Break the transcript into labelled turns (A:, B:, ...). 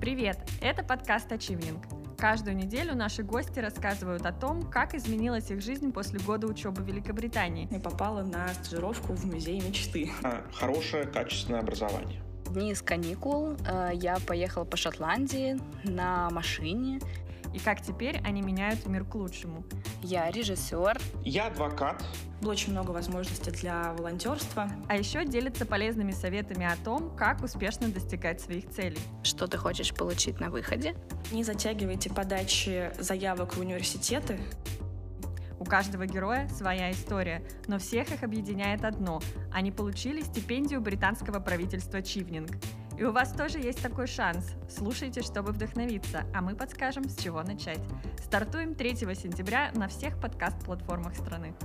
A: Привет! Это подкаст «Ачивлинг». Каждую неделю наши гости рассказывают о том, как изменилась их жизнь после года учебы в Великобритании.
B: и попала на стажировку в музей мечты.
C: А, хорошее, качественное образование.
D: дни из каникул э, я поехала по Шотландии на машине.
A: И как теперь они меняют мир к лучшему.
D: Я режиссер.
C: Я адвокат.
B: Было очень много возможностей для волонтерства.
A: А еще делятся полезными советами о том, как успешно достигать своих целей.
D: Что ты хочешь получить на выходе?
B: Не затягивайте подачи заявок в университеты.
A: У каждого героя своя история, но всех их объединяет одно – они получили стипендию британского правительства Чивнинг. И у вас тоже есть такой шанс. Слушайте, чтобы вдохновиться, а мы подскажем, с чего начать. Стартуем 3 сентября на всех подкаст-платформах страны.